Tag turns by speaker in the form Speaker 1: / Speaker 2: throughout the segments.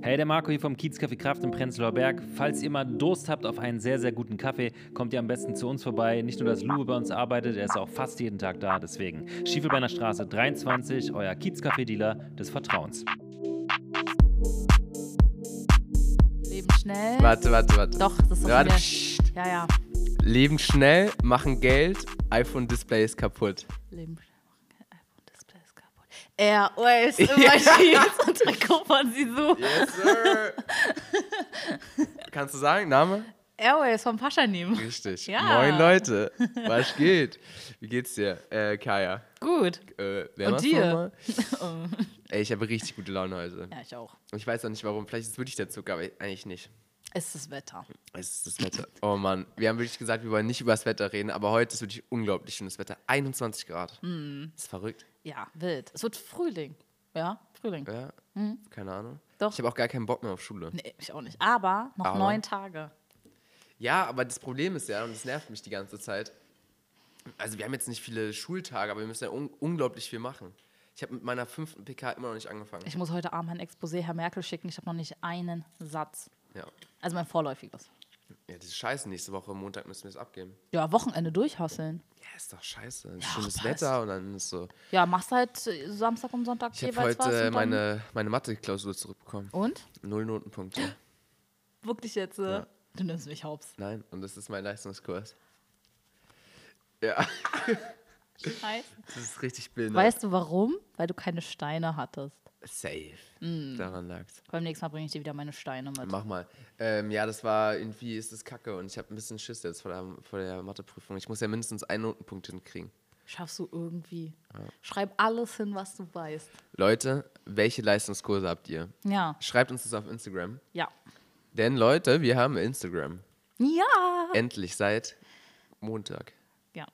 Speaker 1: Hey, der Marco hier vom Kiezcafé Kraft im Prenzlauer Berg. Falls ihr mal Durst habt auf einen sehr, sehr guten Kaffee, kommt ihr am besten zu uns vorbei. Nicht nur, dass Lube bei uns arbeitet, er ist auch fast jeden Tag da. Deswegen Schiefelbeiner Straße 23, euer Kiezcafé-Dealer des Vertrauens.
Speaker 2: Leben schnell.
Speaker 3: Warte, warte, warte.
Speaker 2: Doch, das ist doch
Speaker 3: warte.
Speaker 2: wieder.
Speaker 3: Psst.
Speaker 2: Ja, ja.
Speaker 3: Leben schnell, machen Geld, iPhone-Display ist kaputt.
Speaker 2: Leben schnell. iPhone Display ist kaputt. Er always immer schießt und dann kommt man sie so.
Speaker 3: Yes, sir. Kannst du sagen, Name?
Speaker 2: Airways vom Pascha nehmen.
Speaker 3: Richtig.
Speaker 2: Ja.
Speaker 3: Moin Leute, was geht? Wie geht's dir? Äh, Kaya.
Speaker 2: Gut.
Speaker 3: Äh, wer
Speaker 2: Und
Speaker 3: war's
Speaker 2: dir? Oh.
Speaker 3: nochmal? Ey, ich habe richtig gute Laune heute.
Speaker 2: Ja, ich auch. ich
Speaker 3: Ich weiß auch nicht warum. Vielleicht ist es wirklich der Zucker, aber eigentlich nicht.
Speaker 2: Es ist das Wetter.
Speaker 3: Es ist das Wetter. Oh Mann, wir haben wirklich gesagt, wir wollen nicht über das Wetter reden, aber heute ist wirklich unglaublich schönes Wetter. 21 Grad.
Speaker 2: Mhm.
Speaker 3: Ist verrückt.
Speaker 2: Ja, wild. Es wird Frühling. Ja, Frühling.
Speaker 3: Ja, keine Ahnung.
Speaker 2: Mhm. Doch.
Speaker 3: Ich habe auch gar keinen Bock mehr auf Schule.
Speaker 2: Nee, ich auch nicht. Aber noch
Speaker 3: Aber-
Speaker 2: neun Tage.
Speaker 3: Ja, aber das Problem ist ja, und das nervt mich die ganze Zeit, also wir haben jetzt nicht viele Schultage, aber wir müssen ja un unglaublich viel machen. Ich habe mit meiner fünften PK immer noch nicht angefangen.
Speaker 2: Ich muss heute Abend mein Exposé Herr Merkel schicken. Ich habe noch nicht einen Satz.
Speaker 3: Ja.
Speaker 2: Also mein vorläufiges.
Speaker 3: ja, das ist scheiße. Nächste Woche Montag müssen wir es abgeben.
Speaker 2: Ja, Wochenende durchhasseln.
Speaker 3: Ja, ist doch scheiße. Ist
Speaker 2: Ja,
Speaker 3: schönes
Speaker 2: passt.
Speaker 3: Wetter und dann ist so.
Speaker 2: Ja, machst halt äh, Samstag und Sonntag
Speaker 3: Ich habe
Speaker 2: jeweils was.
Speaker 3: heute äh,
Speaker 2: und dann- Oh.
Speaker 3: meine, meine Mathe-Klausur zurückbekommen.
Speaker 2: Und?
Speaker 3: Null Notenpunkte.
Speaker 2: Wirklich jetzt? äh, Du nimmst mich Haupts.
Speaker 3: Nein, und das ist mein Leistungskurs. Ja,
Speaker 2: Scheiße.
Speaker 3: das ist richtig blind.
Speaker 2: Weißt du warum? Weil du keine Steine hattest.
Speaker 3: Safe.
Speaker 2: Mm.
Speaker 3: Daran lag's.
Speaker 2: Beim nächsten Mal bringe ich dir wieder meine Steine mit.
Speaker 3: Mach mal. Ähm, ja, das war irgendwie ist das Kacke und ich habe ein bisschen Schiss jetzt vor der, vor der Matheprüfung. Ich muss ja mindestens einen Notenpunkt hinkriegen.
Speaker 2: Schaffst du irgendwie. Schreib alles hin, was du weißt.
Speaker 3: Leute, welche Leistungskurse habt ihr?
Speaker 2: Ja,
Speaker 3: Schreibt uns das auf Instagram.
Speaker 2: ja.
Speaker 3: Denn Leute, wir haben Instagram.
Speaker 2: Ja!
Speaker 3: Endlich seit Montag.
Speaker 2: Ja.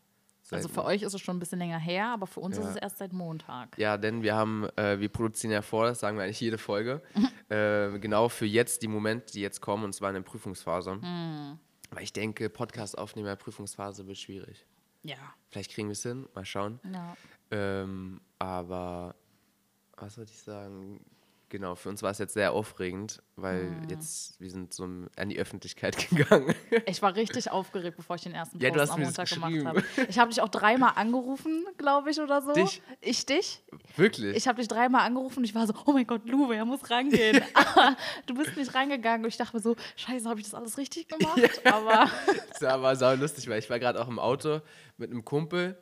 Speaker 3: Seit
Speaker 2: Also für euch ist es schon ein bisschen länger her, aber für uns ist es erst seit Montag.
Speaker 3: Ja, denn wir haben, äh, wir produzieren ja vor, das sagen wir eigentlich jede Folge, äh, genau für jetzt die Momente, die jetzt kommen, und zwar in der Prüfungsphase. Weil ich denke, Podcast aufnehmen in der Prüfungsphase wird schwierig.
Speaker 2: Ja.
Speaker 3: Vielleicht kriegen wir es hin, mal schauen.
Speaker 2: Ja.
Speaker 3: Ähm, aber was wollte ich sagen? Genau, für uns war es jetzt sehr aufregend, weil jetzt wir sind so an die Öffentlichkeit gegangen.
Speaker 2: Ich war richtig aufgeregt, bevor ich den ersten Post
Speaker 3: Ja, du hast
Speaker 2: am
Speaker 3: mir das
Speaker 2: Montag gemacht
Speaker 3: geschrieben.
Speaker 2: habe. Ich habe dich auch dreimal angerufen, glaube ich, oder so.
Speaker 3: Dich?
Speaker 2: Ich dich?
Speaker 3: Wirklich?
Speaker 2: Ich habe dich dreimal angerufen und ich war so, oh mein Gott, Luwe, er muss rangehen. Aber du bist nicht reingegangen und ich dachte mir so, scheiße, habe ich das alles richtig gemacht? Aber
Speaker 3: Das war aber sau lustig, weil ich war gerade auch im Auto mit einem Kumpel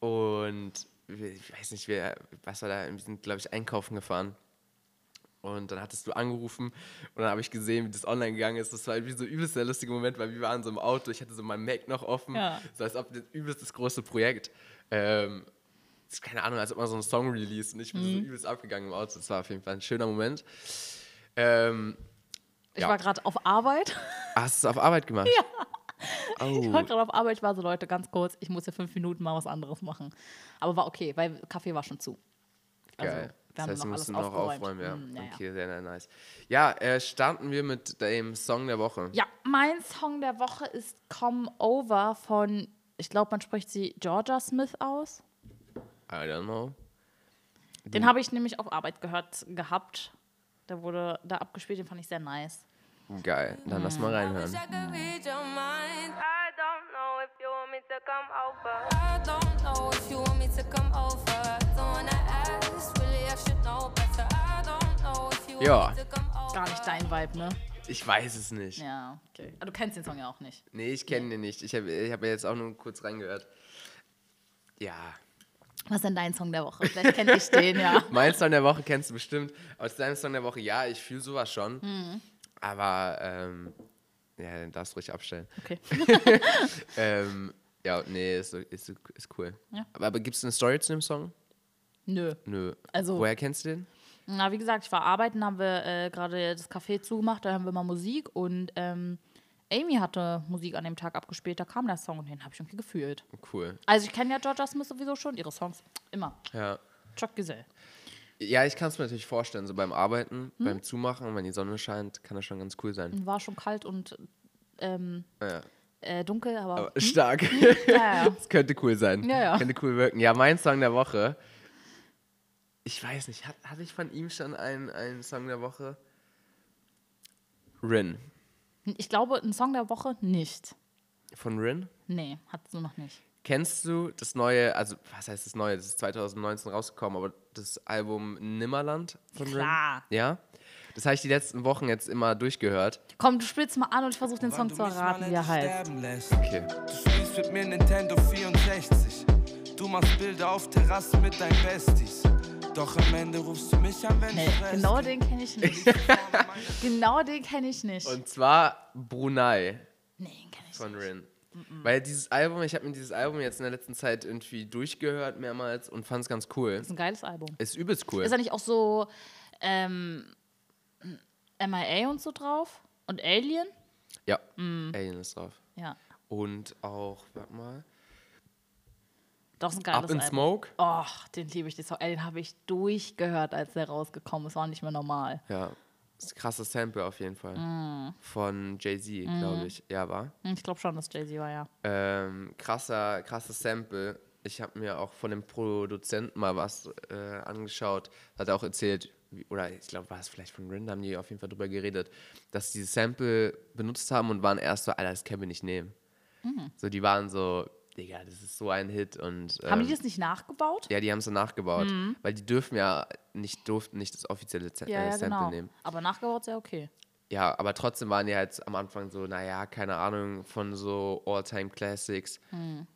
Speaker 3: und wir- ich weiß nicht, wer, was war da, wir sind, glaube ich, einkaufen gefahren. Und dann hattest du angerufen und dann habe ich gesehen, wie das online gegangen ist. Das war irgendwie so übelst der lustige Moment, weil wir waren so im Auto, ich hatte so mein Mac noch offen,
Speaker 2: Ja.
Speaker 3: so als ob das übelst das große Projekt. Ähm, das ist keine Ahnung, als ob man so einen Song release und ich bin so übelst abgegangen im Auto. Das war auf jeden Fall ein schöner Moment. Ähm,
Speaker 2: ich
Speaker 3: Ja.
Speaker 2: war gerade auf Arbeit.
Speaker 3: hast du es auf Arbeit gemacht? Ja. Oh,
Speaker 2: Ich war gerade auf Arbeit, ich war so, Leute, ganz kurz, ich muss ja fünf Minuten mal was anderes machen. Aber war okay, weil Kaffee war schon zu. Also,
Speaker 3: Geil.
Speaker 2: wir haben noch
Speaker 3: das heißt, wir
Speaker 2: alles
Speaker 3: mussten noch
Speaker 2: aufgeräumt.
Speaker 3: aufräumen, ja.
Speaker 2: Mm, ja, ja.
Speaker 3: okay, sehr, sehr nice. Ja, äh, starten wir mit dem Song der Woche.
Speaker 2: Ja, mein Song der Woche ist Come Over von, ich glaube, man spricht sie Georgia Smith aus.
Speaker 3: I don't know.
Speaker 2: Den habe ich nämlich auf Arbeit gehört gehabt. Der wurde da abgespielt, den fand ich sehr nice.
Speaker 3: Geil, dann lass mal reinhören.
Speaker 4: I could read your mind.
Speaker 5: I don't know if you want me to come over.
Speaker 4: I don't know if you want me to come over. Don't wanna ask, really, I should know better. I don't know if you
Speaker 3: Ja.
Speaker 4: want me to come over.
Speaker 2: Gar nicht dein Vibe, ne?
Speaker 3: Ich weiß es nicht.
Speaker 2: Ja, okay. Aber du kennst den Song ja auch nicht.
Speaker 3: Nee, ich kenne den nicht. Ich habe ich hab ja jetzt auch nur kurz reingehört. Ja.
Speaker 2: Was ist denn dein Song der Woche? Vielleicht kenne ich den, ja.
Speaker 3: Mein Song der Woche kennst du bestimmt. Aus deinem Song der Woche, ja, ich fühle sowas schon.
Speaker 2: Hm.
Speaker 3: Aber, ähm, ja, dann darfst du ruhig abstellen.
Speaker 2: Okay.
Speaker 3: Ähm, ja, nee, ist, ist, ist cool.
Speaker 2: Ja.
Speaker 3: Aber, aber gibt es eine Story zu dem Song?
Speaker 2: Nö.
Speaker 3: Nö.
Speaker 2: Also-
Speaker 3: Woher kennst du den?
Speaker 2: Na, wie gesagt, ich war arbeiten, haben wir äh, gerade das Café zugemacht, da haben wir mal Musik und ähm, Amy hatte Musik an dem Tag abgespielt, da kam der Song und den habe ich irgendwie gefühlt.
Speaker 3: Cool.
Speaker 2: Also ich kenne ja Georgia Smith sowieso schon, ihre Songs immer.
Speaker 3: Ja.
Speaker 2: Chuck Giselle.
Speaker 3: Ja, ich kann es mir natürlich vorstellen, so beim Arbeiten,
Speaker 2: Hm?
Speaker 3: beim Zumachen, wenn die Sonne scheint, kann das schon ganz cool sein.
Speaker 2: War schon kalt und ähm,
Speaker 3: Ah, Ja.
Speaker 2: äh, dunkel, aber,
Speaker 3: Aber stark.
Speaker 2: ja, ja.
Speaker 3: das könnte cool sein.
Speaker 2: Hm? Ja, ja.
Speaker 3: Könnte cool wirken. Ja, mein Song der Woche. Ich weiß nicht, hat, hatte ich von ihm schon einen, einen Song der Woche? Rin.
Speaker 2: Ich glaube, ein Song der Woche nicht.
Speaker 3: Von Rin?
Speaker 2: Nee, hattest du noch nicht.
Speaker 3: Kennst du das neue, also was heißt das neue? Das ist 2019 rausgekommen, aber das Album Nimmerland von
Speaker 2: Klar.
Speaker 3: Rin? Ja. Das habe ich die letzten Wochen jetzt immer durchgehört.
Speaker 2: Komm, du spielst mal an und ich versuche den Song zu erraten, wie er heißt.
Speaker 3: Okay.
Speaker 6: Du spielst mit mir Nintendo 64. Du machst Bilder auf Terrassen mit deinen Besties. Doch am Ende rufst du mich an, wenn
Speaker 2: Nee,
Speaker 6: ich fress
Speaker 2: genau
Speaker 6: dich.
Speaker 2: den kenne ich nicht. genau den kenne ich nicht.
Speaker 3: Und zwar Brunei.
Speaker 2: nee, den kenne ich
Speaker 3: von Rin. Weil dieses Album, ich habe mir dieses Album jetzt in der letzten Zeit irgendwie durchgehört mehrmals und fand es ganz cool.
Speaker 2: Das ist ein geiles Album.
Speaker 3: Ist übelst cool.
Speaker 2: Ist da nicht auch so ähm, MIA und so drauf? Und Alien?
Speaker 3: ja,
Speaker 2: Mhm.
Speaker 3: Alien ist drauf.
Speaker 2: Ja.
Speaker 3: Und auch, warte mal,
Speaker 2: Doch, ist ein geiles
Speaker 3: Up in
Speaker 2: Album.
Speaker 3: Smoke.
Speaker 2: Oh, den liebe ich. Den Song. Ey, Den habe ich durchgehört, als der rausgekommen ist. War nicht mehr normal.
Speaker 3: Ja, ist ein krasses Sample auf jeden Fall.
Speaker 2: Mhm.
Speaker 3: Von Jay-Z, glaube ich. Ja, war.
Speaker 2: Hm, Ich glaube schon, dass Jay-Z war, ja.
Speaker 3: Ähm, krasser, krasses Sample. Ich habe mir auch von dem Produzenten mal was äh, angeschaut. Hat er auch erzählt, wie- oder ich glaube, war es vielleicht von Rin, da haben die auf jeden Fall drüber geredet, dass sie dieses Sample benutzt haben und waren erst so, Alter, das können wir nicht nehmen.
Speaker 2: Mhm.
Speaker 3: So, die waren so, Digga, das ist so ein Hit. Und, ähm,
Speaker 2: Haben die das nicht nachgebaut?
Speaker 3: Ja, die haben es so nachgebaut. Weil die dürfen ja nicht, durften nicht das offizielle Z
Speaker 2: Ja,
Speaker 3: äh,
Speaker 2: ja,
Speaker 3: Sample
Speaker 2: genau.
Speaker 3: nehmen.
Speaker 2: Aber nachgebaut ist ja okay.
Speaker 3: Ja, aber trotzdem waren die halt am Anfang so, naja, keine Ahnung, von so All-Time-Classics. Nimmt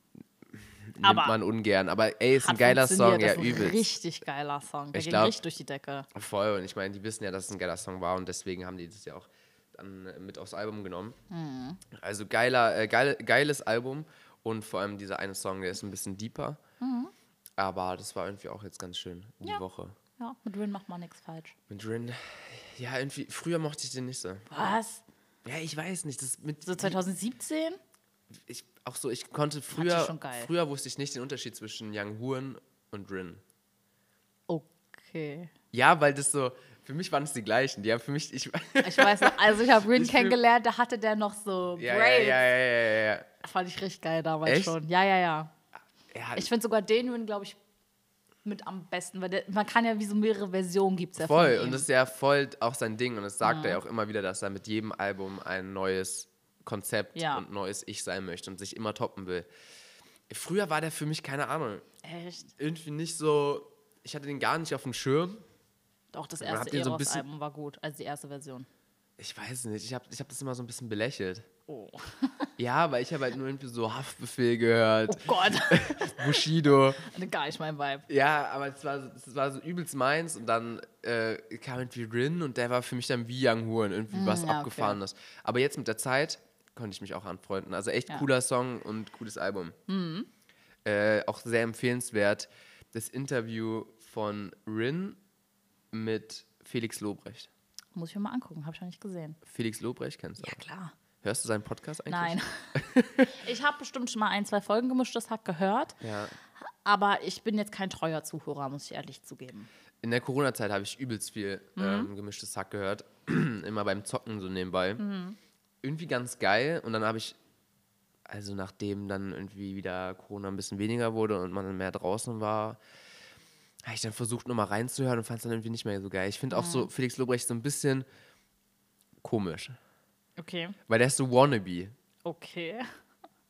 Speaker 2: Mhm. Aber
Speaker 3: man ungern. Aber ey, ist ein
Speaker 2: Hat
Speaker 3: geiler Song,
Speaker 2: funktioniert.
Speaker 3: ja,
Speaker 2: Das ist Ein
Speaker 3: übelst.
Speaker 2: richtig geiler Song. Der
Speaker 3: Ich
Speaker 2: ging
Speaker 3: glaub-
Speaker 2: richtig durch die Decke.
Speaker 3: Voll. Und ich meine, die wissen ja, dass es ein geiler Song war und deswegen haben die das ja auch dann mit aufs Album genommen.
Speaker 2: Mhm.
Speaker 3: Also geiler, äh, geil, geiles Album und vor allem dieser eine Song, der ist ein bisschen deeper. Aber das war irgendwie auch jetzt ganz schön die
Speaker 2: Mhm. Ja.
Speaker 3: Woche.
Speaker 2: Ja, mit Rin macht man nichts falsch.
Speaker 3: Mit Rin, ja, irgendwie, früher mochte ich den nicht so.
Speaker 2: Was?
Speaker 3: Ja, ich weiß nicht, das mit
Speaker 2: So 2017?
Speaker 3: ich, auch so, ich konnte
Speaker 2: ich
Speaker 3: früher,
Speaker 2: schon geil.
Speaker 3: früher wusste ich nicht den Unterschied zwischen Young Huren und Rin.
Speaker 2: Okay.
Speaker 3: Ja, weil das so, für mich waren es die gleichen. Die haben für mich, ich,
Speaker 2: Ich weiß noch, also ich habe Rin
Speaker 3: Ich fühl-
Speaker 2: kennengelernt, da hatte der noch so
Speaker 3: ja, ja,
Speaker 2: Braids.
Speaker 3: ja, ja, ja, ja, ja.
Speaker 2: Fand ich richtig geil damals
Speaker 3: Echt?
Speaker 2: schon. Ja, ja, ja.
Speaker 3: ja
Speaker 2: Ich finde sogar den Rin, glaube ich, mit am besten, weil der, man kann ja wie so mehrere Versionen gibt's ja
Speaker 3: voll.
Speaker 2: von ihm.
Speaker 3: Und das ist ja voll auch sein Ding. Und das sagt
Speaker 2: Mhm.
Speaker 3: er ja auch immer wieder, dass er mit jedem Album ein neues Konzept
Speaker 2: Ja.
Speaker 3: und neues Ich sein möchte und sich immer toppen will. Früher war der für mich, keine Ahnung,
Speaker 2: Echt?
Speaker 3: irgendwie nicht so, ich hatte den gar nicht auf dem Schirm.
Speaker 2: Doch, das
Speaker 3: Man hat
Speaker 2: erste
Speaker 3: den so ein bisschen-
Speaker 2: Eros-Album war gut, also die erste Version.
Speaker 3: Ich weiß nicht, ich habe ich hab das immer so ein bisschen belächelt.
Speaker 2: Oh, oh
Speaker 3: Ja, weil ich habe halt nur irgendwie so Haftbefehl gehört.
Speaker 2: Gott.
Speaker 3: Bushido.
Speaker 2: Gar nicht mein Vibe.
Speaker 3: Ja, aber es war, so- es war so übelst meins und dann äh, kam irgendwie Rin und der war für mich dann wie Young Huren, irgendwie was
Speaker 2: Hm, ja, okay.
Speaker 3: Abgefahrenes. Aber jetzt mit der Zeit konnte ich mich auch anfreunden. Also echt
Speaker 2: Ja. Hm.
Speaker 3: cooler Song und cooles Album. Äh, auch sehr empfehlenswert das Interview von Rin mit Felix Lobrecht.
Speaker 2: Muss ich mir mal angucken, habe ich noch nicht gesehen.
Speaker 3: Felix Lobrecht kennst du?
Speaker 2: Ja, klar.
Speaker 3: Hörst du seinen Podcast eigentlich?
Speaker 2: Nein. ich habe bestimmt schon mal ein, zwei Folgen gemischtes Hack gehört,
Speaker 3: Ja.
Speaker 2: aber ich bin jetzt kein treuer Zuhörer, muss ich ehrlich zugeben.
Speaker 3: In der Corona-Zeit habe ich übelst viel ähm, gemischtes Hack gehört. Immer beim Zocken so nebenbei. Irgendwie ganz geil. Und dann habe ich, also nachdem dann irgendwie wieder Corona ein bisschen weniger wurde und man dann mehr draußen war, habe ich dann versucht, nochmal reinzuhören und fand es dann irgendwie nicht mehr so geil. Ich finde auch so Felix Lobrecht so ein bisschen komisch.
Speaker 2: Okay.
Speaker 3: Weil der ist so wannabe.
Speaker 2: Okay.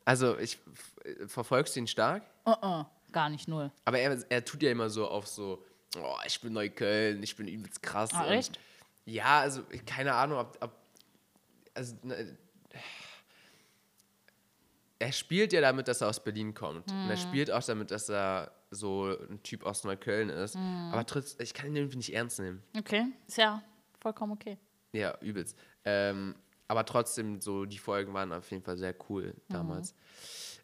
Speaker 3: Also ich f- verfolgst ihn stark,
Speaker 2: Uh -uh. Gar nicht null.
Speaker 3: aber er, er tut ja immer so auf so, oh, ich bin Neukölln, ich bin übelst krass.
Speaker 2: Ah,
Speaker 3: und-
Speaker 2: echt?
Speaker 3: Ja, also keine Ahnung, ob. ob also, ne, er spielt ja damit, dass er aus Berlin kommt. Und
Speaker 2: Mhm.
Speaker 3: er spielt auch damit, dass er so ein Typ aus Neukölln ist.
Speaker 2: Mhm.
Speaker 3: Aber trotz, ich kann ihn irgendwie nicht ernst nehmen.
Speaker 2: Okay. Ist ja vollkommen okay.
Speaker 3: Ja, übelst. Ähm, aber trotzdem, so die Folgen waren auf jeden Fall sehr cool damals.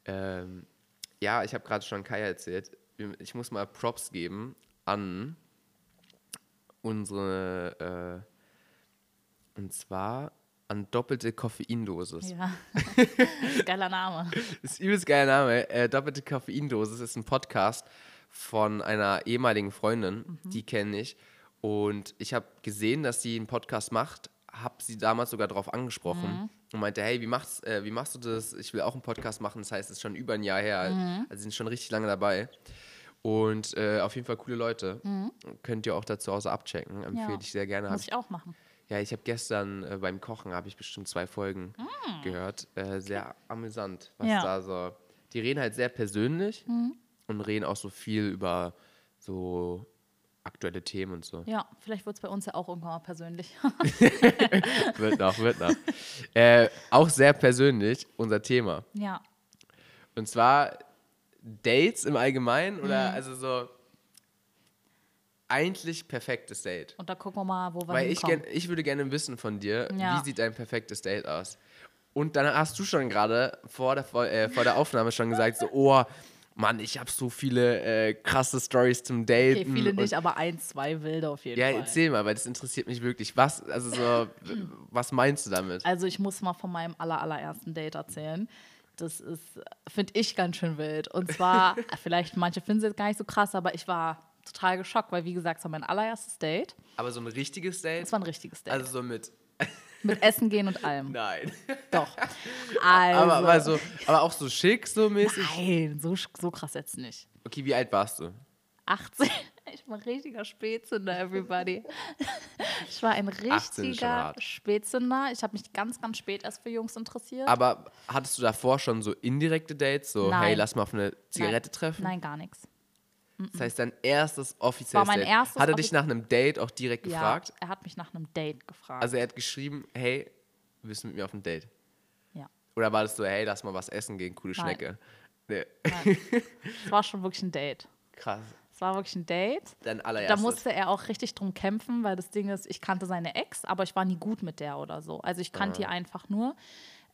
Speaker 3: Ähm, ja, ich habe gerade schon Kai erzählt. Ähm, Ich muss mal Props geben an unsere, äh, und zwar an doppelte Koffeindosis.
Speaker 2: Ja. Geiler Name.
Speaker 3: Das ist übelst geiler Name. Äh, Doppelte Koffeindosis ist ein Podcast von einer ehemaligen Freundin,
Speaker 2: Mhm.
Speaker 3: die kenne ich. Und ich habe gesehen, dass sie einen Podcast macht, habe sie damals sogar darauf
Speaker 2: Mhm.
Speaker 3: angesprochen und meinte, hey, wie, macht's, äh, wie machst du das? Ich will auch einen Podcast machen. Das heißt, es ist schon über ein Jahr her.
Speaker 2: Mhm.
Speaker 3: Also sie sind schon richtig lange dabei. Und äh, auf jeden Fall coole Leute. Könnt ihr auch da zu Hause abchecken. Empfehle
Speaker 2: Mhm. Ja.
Speaker 3: ich sehr gerne. Hab
Speaker 2: Muss
Speaker 3: ich
Speaker 2: ich auch machen.
Speaker 3: Ja, ich habe gestern äh, beim Kochen habe ich bestimmt zwei Folgen gehört. Äh, sehr amüsant, was
Speaker 2: Mm. Ja. Mhm.
Speaker 3: da so. Die reden halt sehr persönlich und reden auch so viel über so aktuelle Themen und so.
Speaker 2: Ja, vielleicht wird es bei uns ja auch irgendwann mal persönlich.
Speaker 3: Wird noch, wird noch. äh, auch sehr persönlich unser Thema.
Speaker 2: ja.
Speaker 3: Und zwar Dates im Allgemeinen oder
Speaker 2: Mhm.
Speaker 3: also so eigentlich perfektes Date.
Speaker 2: Und da gucken wir mal, wo wir
Speaker 3: Weil ich,
Speaker 2: hinkommen.
Speaker 3: gern, ich würde gerne wissen von dir,
Speaker 2: Ja.
Speaker 3: wie sieht dein perfektes Date aus? Und dann hast du schon gerade vor der, Fol- äh, vor der Aufnahme schon gesagt, so, oh, Mann, ich habe so viele äh, krasse Stories zum Daten.
Speaker 2: okay, viele
Speaker 3: Hm, und-
Speaker 2: nicht, aber ein, zwei wilde auf jeden
Speaker 3: Ja,
Speaker 2: Fall.
Speaker 3: erzähl mal, weil das interessiert mich wirklich. Was, also so, w- was meinst du damit?
Speaker 2: Also ich muss mal von meinem aller, allerersten Date erzählen. Das ist, finde ich, ganz schön wild. Und zwar, vielleicht manche finden es jetzt gar nicht so krass, aber ich war total geschockt, weil wie gesagt, es war mein allererstes Date.
Speaker 3: Aber so ein richtiges Date?
Speaker 2: Es war ein richtiges Date.
Speaker 3: Also so mit,
Speaker 2: Mit Essen gehen und allem.
Speaker 3: nein.
Speaker 2: Doch. Also,
Speaker 3: Aber, aber, so, aber auch so schick, so mäßig.
Speaker 2: nein, so, sch- so krass jetzt nicht.
Speaker 3: Okay, wie alt warst du?
Speaker 2: 18. Ich war ein richtiger Spätzünder, everybody. Ich war ein
Speaker 3: 18 ist schon
Speaker 2: richtiger
Speaker 3: hart.
Speaker 2: Spätzünder. Ich habe mich ganz, ganz spät erst für Jungs interessiert.
Speaker 3: Aber hattest du davor schon so indirekte Dates? So,
Speaker 2: Nein.
Speaker 3: hey, lass mal auf eine Zigarette
Speaker 2: Nein.
Speaker 3: treffen?
Speaker 2: Nein, gar nichts.
Speaker 3: Das heißt, dein erstes offizielles
Speaker 2: War mein
Speaker 3: Date.
Speaker 2: erstes
Speaker 3: hat er dich
Speaker 2: offiz-
Speaker 3: nach einem Date auch direkt gefragt?
Speaker 2: Ja, er hat mich nach einem Date gefragt.
Speaker 3: Also er hat geschrieben, hey, willst du mit mir auf ein Date?
Speaker 2: ja.
Speaker 3: Oder war das so, hey, lass mal was essen gehen, coole
Speaker 2: Nein.
Speaker 3: Schnecke? Nee.
Speaker 2: Es war schon wirklich ein Date.
Speaker 3: Krass.
Speaker 2: Es war wirklich ein Date.
Speaker 3: Dein
Speaker 2: Da
Speaker 3: allererstes.
Speaker 2: musste er auch richtig drum kämpfen, weil das Ding ist, ich kannte seine Ex, aber ich war nie gut mit der oder so. Also ich
Speaker 3: Ah.
Speaker 2: kannte die einfach nur.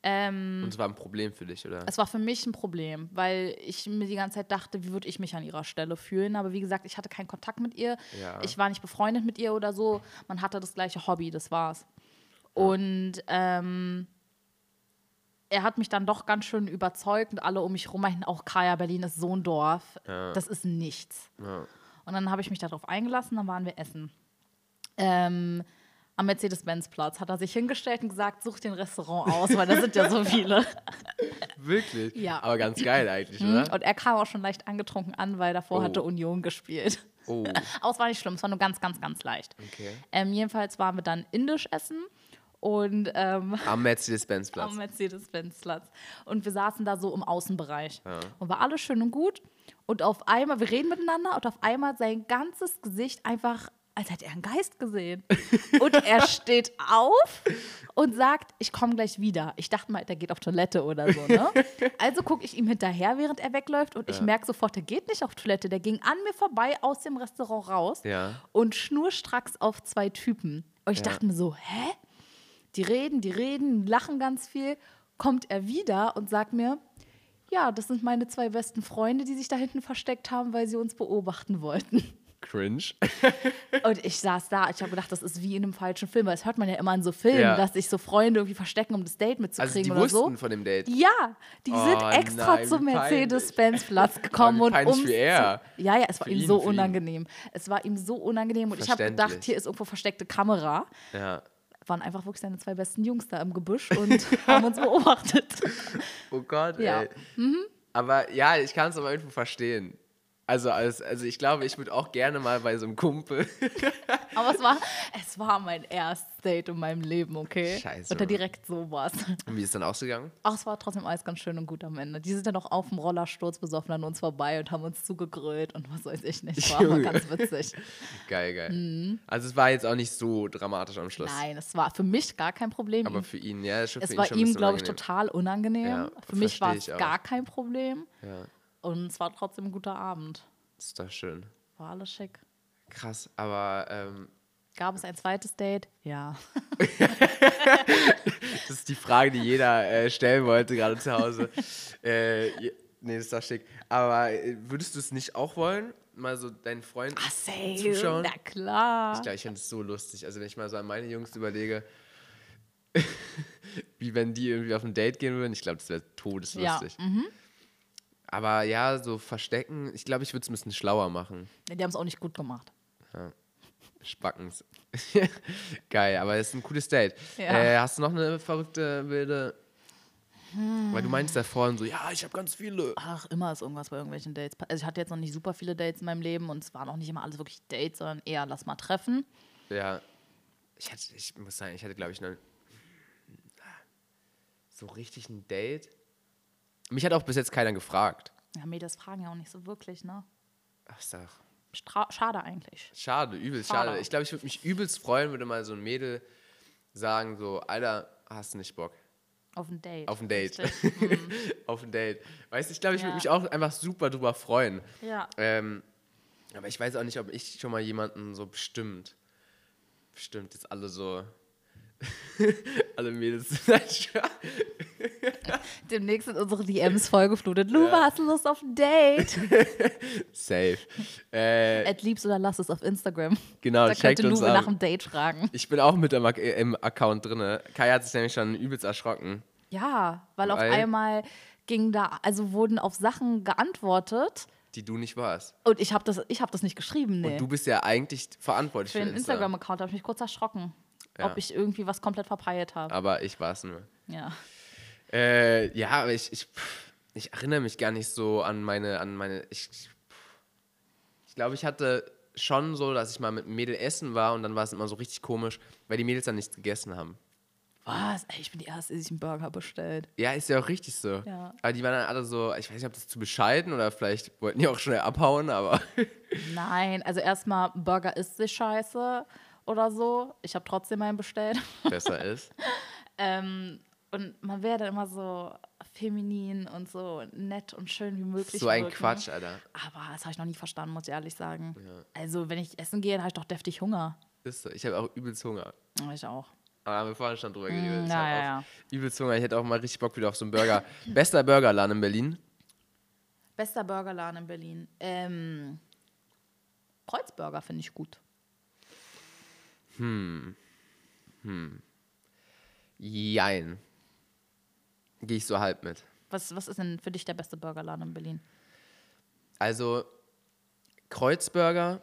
Speaker 2: Ähm,
Speaker 3: Und es war ein Problem für dich, oder?
Speaker 2: es war für mich ein Problem, weil ich mir die ganze Zeit dachte, wie würde ich mich an ihrer Stelle fühlen. Aber wie gesagt, ich hatte keinen Kontakt mit ihr.
Speaker 3: Ja.
Speaker 2: Ich war nicht befreundet mit ihr oder so. Man hatte das gleiche Hobby, das war's. Und ähm, er hat mich dann doch ganz schön überzeugt und alle um mich rum meinten, auch Kaya, Berlin ist so ein Dorf. Das ist nichts. Und dann habe ich mich darauf eingelassen, dann waren wir essen. Ähm, am Mercedes-Benz-Platz hat er sich hingestellt und gesagt, such den Restaurant aus, weil da sind ja so viele.
Speaker 3: Wirklich?
Speaker 2: Ja.
Speaker 3: Aber ganz geil eigentlich,
Speaker 2: Mhm.
Speaker 3: oder?
Speaker 2: Und er kam auch schon leicht angetrunken an, weil davor
Speaker 3: Oh.
Speaker 2: hatte Union gespielt.
Speaker 3: Oh,
Speaker 2: Aber es war nicht schlimm, es war nur ganz, ganz, ganz leicht.
Speaker 3: okay.
Speaker 2: Ähm, jedenfalls waren wir dann indisch essen und ähm,
Speaker 3: Am Mercedes-Benz-Platz.
Speaker 2: am Mercedes-Benz-Platz. Und wir saßen da so im Außenbereich. Und war alles schön und gut. Und auf einmal, wir reden miteinander und auf einmal sein ganzes Gesicht einfach, als hätte er einen Geist gesehen. Und er steht auf und sagt, ich komme gleich wieder. Ich dachte mal, der geht auf Toilette oder so. Ne? Also gucke ich ihm hinterher, während er wegläuft und ich merke sofort, der geht nicht auf Toilette. Der ging an mir vorbei aus dem Restaurant raus
Speaker 3: Ja.
Speaker 2: und schnurstracks auf zwei Typen. Und ich dachte mir so, hä? Die reden, die reden, lachen ganz viel. Kommt er wieder und sagt mir, ja, das sind meine zwei besten Freunde, die sich da hinten versteckt haben, weil sie uns beobachten wollten.
Speaker 3: Cringe.
Speaker 2: Und ich saß da, ich habe gedacht, das ist wie in einem falschen Film, weil das hört man ja immer in so Filmen,
Speaker 3: Ja.
Speaker 2: dass sich so Freunde irgendwie verstecken, um das Date
Speaker 3: Also
Speaker 2: mitzukriegen
Speaker 3: die
Speaker 2: oder
Speaker 3: wussten
Speaker 2: so.
Speaker 3: von dem Date.
Speaker 2: Ja, die
Speaker 3: Oh
Speaker 2: sind extra
Speaker 3: nein,
Speaker 2: zum
Speaker 3: wie peinlich.
Speaker 2: Mercedes-Benz-Platz gekommen
Speaker 3: Aber wie
Speaker 2: und
Speaker 3: peinlich
Speaker 2: um.
Speaker 3: für er.
Speaker 2: Ja, ja, es war
Speaker 3: Für
Speaker 2: ihm
Speaker 3: ihn,
Speaker 2: so
Speaker 3: für ihn.
Speaker 2: unangenehm. Es war ihm so unangenehm und ich habe gedacht,
Speaker 3: Verständlich.
Speaker 2: hier ist irgendwo versteckte Kamera.
Speaker 3: Ja.
Speaker 2: Waren einfach wirklich seine zwei besten Jungs da im Gebüsch und haben uns beobachtet.
Speaker 3: Oh Gott,
Speaker 2: Ja. Mhm.
Speaker 3: ey. Aber ja, ich kann es aber irgendwo verstehen. Also, als, also ich glaube, ich würde auch gerne mal bei so einem Kumpel.
Speaker 2: Aber es war, es war mein erstes Date in meinem Leben, okay?
Speaker 3: Scheiße.
Speaker 2: Und da direkt sowas.
Speaker 3: Und Wie ist dann ausgegangen?
Speaker 2: Ach, es war trotzdem alles ganz schön und gut am Ende. Die sind dann auch auf dem Rollersturz besoffen an uns vorbei und haben uns zugegrölt und was weiß ich nicht. War aber
Speaker 3: Junge.
Speaker 2: ganz witzig.
Speaker 3: Geil, geil. Also es war jetzt auch nicht so dramatisch am Schluss.
Speaker 2: Mhm. Nein, es war für mich gar kein Problem.
Speaker 3: Aber
Speaker 2: Ihm-
Speaker 3: für ihn, ja, ist schon für
Speaker 2: es
Speaker 3: ihn
Speaker 2: war
Speaker 3: schon ein
Speaker 2: ihm,
Speaker 3: bisschen
Speaker 2: glaube ich,
Speaker 3: unangenehm.
Speaker 2: total unangenehm.
Speaker 3: Ja,
Speaker 2: für mich
Speaker 3: versteh
Speaker 2: war es
Speaker 3: ich auch.
Speaker 2: gar kein Problem.
Speaker 3: Ja,
Speaker 2: Und es war trotzdem ein guter Abend.
Speaker 3: ist doch schön.
Speaker 2: War alles schick.
Speaker 3: Krass, aber ähm,
Speaker 2: Gab es ein zweites Date? Ja.
Speaker 3: das ist die Frage, die jeder äh, stellen wollte, gerade zu Hause. äh, je- nee, ist doch schick. Aber äh, würdest du es nicht auch wollen? Mal so deinen Freund zuschauen?
Speaker 2: Na klar.
Speaker 3: Ich glaube, ich finde es so lustig. Also, wenn ich mal so an meine Jungs überlege, wie wenn die irgendwie auf ein Date gehen würden, ich glaube, das wäre todeslustig.
Speaker 2: Ja, mhm.
Speaker 3: Aber ja, so verstecken, ich glaube, ich würde es ein bisschen schlauer machen.
Speaker 2: Die haben es auch nicht gut gemacht.
Speaker 3: Spackens. Geil, aber es ist ein cooles Date.
Speaker 2: Ja.
Speaker 3: Äh, hast du noch eine verrückte wilde? Weil du meinst ja vorhin so, ja, ich habe ganz viele.
Speaker 2: Ach, immer ist irgendwas bei irgendwelchen Dates. pa- Also ich hatte jetzt noch nicht super viele Dates in meinem Leben und es waren auch nicht immer alles wirklich Dates, sondern eher lass mal treffen.
Speaker 3: Ja. Ich, hatte, ich muss sagen, ich hatte, glaube ich, noch so richtig ein Date. Mich hat auch bis jetzt keiner gefragt.
Speaker 2: Ja, Mädels fragen ja auch nicht so wirklich, ne?
Speaker 3: Ach, ist doch
Speaker 2: Stra schade eigentlich.
Speaker 3: schade, übelst
Speaker 2: Schade.
Speaker 3: schade. Ich glaube, ich würde mich übelst freuen, würde mal so ein Mädel sagen, so, Alter, hast du nicht Bock
Speaker 2: Auf ein Date.
Speaker 3: auf ein Date?
Speaker 2: Richtig. Mhm.
Speaker 3: auf ein Date. Weißt du, ich glaube, ich
Speaker 2: Ja.
Speaker 3: würde mich auch einfach super drüber freuen.
Speaker 2: Ja.
Speaker 3: Ähm, aber ich weiß auch nicht, ob ich schon mal jemanden so bestimmt. Bestimmt jetzt alle so. alle Mädels. Nein, Spaß.
Speaker 2: Demnächst sind unsere DMs vollgeflutet. Luba, hast du Lust auf ein Date?
Speaker 3: Safe. Äh,
Speaker 2: At liebst oder lass es auf Instagram.
Speaker 3: Genau,
Speaker 2: da
Speaker 3: checkt
Speaker 2: könnte
Speaker 3: uns
Speaker 2: Luba
Speaker 3: an.
Speaker 2: nach einem Date fragen.
Speaker 3: ich bin auch mit im, Ac- äh, im Account drin. Kai hat sich nämlich schon übelst erschrocken.
Speaker 2: Ja, weil auf
Speaker 3: Weil-
Speaker 2: einmal ging da, also wurden auf Sachen geantwortet
Speaker 3: Die du nicht warst.
Speaker 2: und ich habe das, ich hab das nicht geschrieben, nee.
Speaker 3: Und du bist ja eigentlich verantwortlich
Speaker 2: für
Speaker 3: für,
Speaker 2: den
Speaker 3: Insta.
Speaker 2: Instagram-Account habe ich mich kurz erschrocken,
Speaker 3: Ja.
Speaker 2: ob ich irgendwie was komplett verpeilt habe.
Speaker 3: Aber ich war es nur.
Speaker 2: Ja.
Speaker 3: Äh, ja, aber ich, ich, pff, ich erinnere mich gar nicht so an meine, an meine. Ich, ich, pff. ich glaube, ich hatte schon so, dass ich mal mit einem Mädel essen war und dann war es immer so richtig komisch, weil die Mädels dann nichts gegessen haben.
Speaker 2: Was? Ey, ich bin die erste, die sich einen Burger bestellt.
Speaker 3: Ja, ist ja auch richtig so.
Speaker 2: Ja.
Speaker 3: Aber die waren dann alle so, ich weiß nicht, ob das zu bescheiden oder vielleicht wollten die auch schnell abhauen, aber
Speaker 2: Nein, also erstmal, ein Burger ist sich scheiße oder so. Ich habe trotzdem einen bestellt.
Speaker 3: besser ist.
Speaker 2: Ähm, und man wäre dann immer so feminin und so nett und schön wie möglich.
Speaker 3: So ein
Speaker 2: wirken.
Speaker 3: Quatsch, Alter.
Speaker 2: Aber das habe ich noch nie verstanden, muss ich ehrlich sagen. Also, wenn ich essen gehe, dann habe ich doch deftig Hunger.
Speaker 3: Ist so. Ich habe auch übelst Hunger.
Speaker 2: Ja, Ich auch.
Speaker 3: Aber haben wir vorhin schon drüber geredet. Ich
Speaker 2: ja,
Speaker 3: hab
Speaker 2: Mm, ja,
Speaker 3: auch Übelst Hunger. Ich hätte auch mal richtig Bock wieder auf so einen Burger. Bester Burgerladen in Berlin.
Speaker 2: Bester Burgerladen in Berlin. Ähm, Kreuzburger finde ich gut.
Speaker 3: Jein. Gehe ich so halb mit.
Speaker 2: Was, was ist denn für dich der beste Burgerladen in Berlin?
Speaker 3: Also, Kreuzburger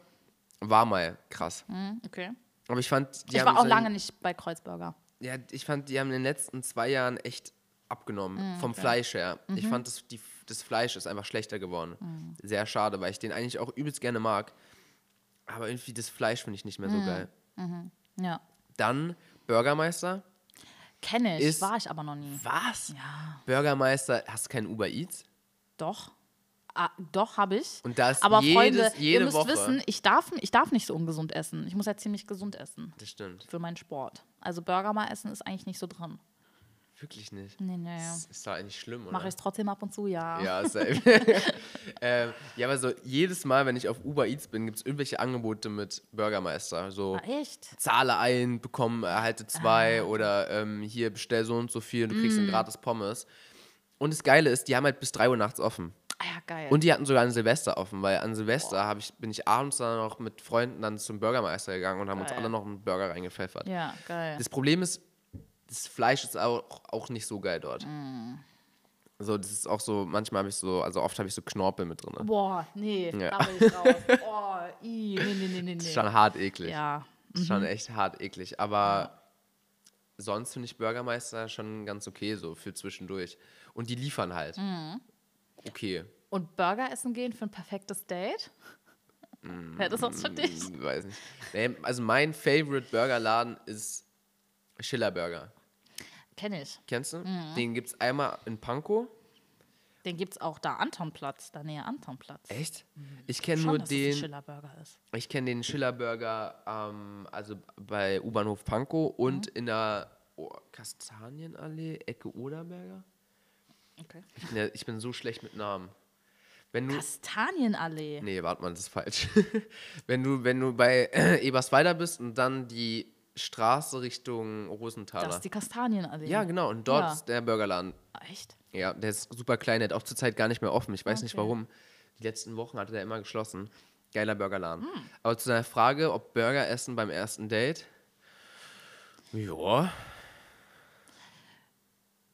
Speaker 3: war mal krass.
Speaker 2: Hm, okay.
Speaker 3: Aber ich fand, die
Speaker 2: ich
Speaker 3: haben
Speaker 2: war auch
Speaker 3: so
Speaker 2: lange
Speaker 3: in,
Speaker 2: nicht bei Kreuzburger.
Speaker 3: ja, ich fand, die haben in den letzten zwei Jahren echt
Speaker 2: Mm,
Speaker 3: abgenommen. vom Fleisch her.
Speaker 2: Mhm.
Speaker 3: Ich fand, das, die, das Fleisch ist einfach schlechter geworden.
Speaker 2: Mm.
Speaker 3: Sehr schade, weil ich den eigentlich auch übelst gerne mag. Aber irgendwie das Fleisch finde ich nicht mehr so
Speaker 2: Mm.
Speaker 3: geil.
Speaker 2: Ja.
Speaker 3: Dann Bürgermeister.
Speaker 2: Kenne ich,
Speaker 3: Ist-
Speaker 2: war ich aber noch nie.
Speaker 3: Was? Ja. Bürgermeister, hast du keinen Uber Eats?
Speaker 2: Doch. Ah, doch, habe ich.
Speaker 3: Und da ist
Speaker 2: aber
Speaker 3: jedes-
Speaker 2: Freunde, ihr
Speaker 3: jede
Speaker 2: müsst
Speaker 3: Woche.
Speaker 2: wissen, ich darf, ich darf nicht so ungesund essen. Ich muss ja ziemlich gesund essen
Speaker 3: Das stimmt.
Speaker 2: für meinen Sport. Also Burger mal essen ist eigentlich nicht so drin.
Speaker 3: Wirklich nicht.
Speaker 2: Nee, nee.
Speaker 3: Ist, ist doch eigentlich schlimm, oder?
Speaker 2: Mache ich es trotzdem ab und zu, ja.
Speaker 3: Ja, safe. ähm, ja, aber so jedes Mal, wenn ich auf Uber Eats bin, gibt es irgendwelche Angebote mit Bürgermeister. So
Speaker 2: Ah, echt? Ah.
Speaker 3: zahle ein, bekomm, erhalte zwei oder ähm, hier bestell so und so viel und du kriegst
Speaker 2: Mm.
Speaker 3: ein gratis Pommes. Und das Geile ist, die haben halt bis 3 Uhr nachts offen.
Speaker 2: Ah, ja, geil.
Speaker 3: Und die hatten sogar an Silvester offen, weil an Silvester hab ich, bin ich abends dann noch mit Freunden dann zum Bürgermeister gegangen und haben uns
Speaker 2: Geil.
Speaker 3: alle noch einen Burger reingepfeffert.
Speaker 2: ja, geil.
Speaker 3: Das Problem ist, das Fleisch ist auch, auch nicht so geil dort.
Speaker 2: Mm.
Speaker 3: So, das ist auch so, manchmal habe ich so, also oft habe ich so Knorpel mit drin. Das
Speaker 2: Boah, nee,
Speaker 3: Ja.
Speaker 2: da bin ich raus. Oh, i, nee, nee, nee, nee.
Speaker 3: ist
Speaker 2: nee.
Speaker 3: schon hart eklig.
Speaker 2: Ja. Mhm.
Speaker 3: Das ist schon echt hart eklig. Aber sonst finde ich Bürgermeister schon ganz okay, so für zwischendurch. Und die liefern halt.
Speaker 2: Mhm.
Speaker 3: Okay,
Speaker 2: Und Burger essen gehen für ein perfektes Date?
Speaker 3: Mm.
Speaker 2: Wäre das was für dich?
Speaker 3: weiß nicht. Nee, also mein Favorite Burgerladen ist Schiller Burger.
Speaker 2: Kenne ich.
Speaker 3: Kennst du?
Speaker 2: Mhm.
Speaker 3: Den gibt es einmal in Pankow.
Speaker 2: Den gibt es auch da, Antonplatz, da näher Antonplatz.
Speaker 3: Echt? Ich kenne
Speaker 2: Schon,
Speaker 3: nur
Speaker 2: dass das ein
Speaker 3: den.
Speaker 2: Schiller-Burger ist.
Speaker 3: Ich kenne den Schillerburger, ähm, also bei U-Bahnhof Pankow und
Speaker 2: Mhm.
Speaker 3: in der oh, Kastanienallee, Ecke Oderberger.
Speaker 2: Okay.
Speaker 3: Ich bin, ja, ich bin so schlecht mit Namen. Wenn du.
Speaker 2: Kastanienallee.
Speaker 3: Nee, warte mal, das ist falsch. wenn du, wenn du bei Eberswalder bist und dann die Straße Richtung
Speaker 2: Das
Speaker 3: Rosenthaler.
Speaker 2: ist die Kastanienallee.
Speaker 3: Ja, genau. Und dort
Speaker 2: Ja. Ah,
Speaker 3: ist der Burgerladen.
Speaker 2: Echt?
Speaker 3: Ja, der ist super klein, der hat auch zurzeit gar nicht mehr offen. Ich weiß nicht
Speaker 2: Okay.
Speaker 3: warum. Die letzten Wochen hatte der immer geschlossen. Geiler Burgerladen.
Speaker 2: Hm.
Speaker 3: Aber zu deiner Frage, ob Burger essen beim ersten Date? Ja.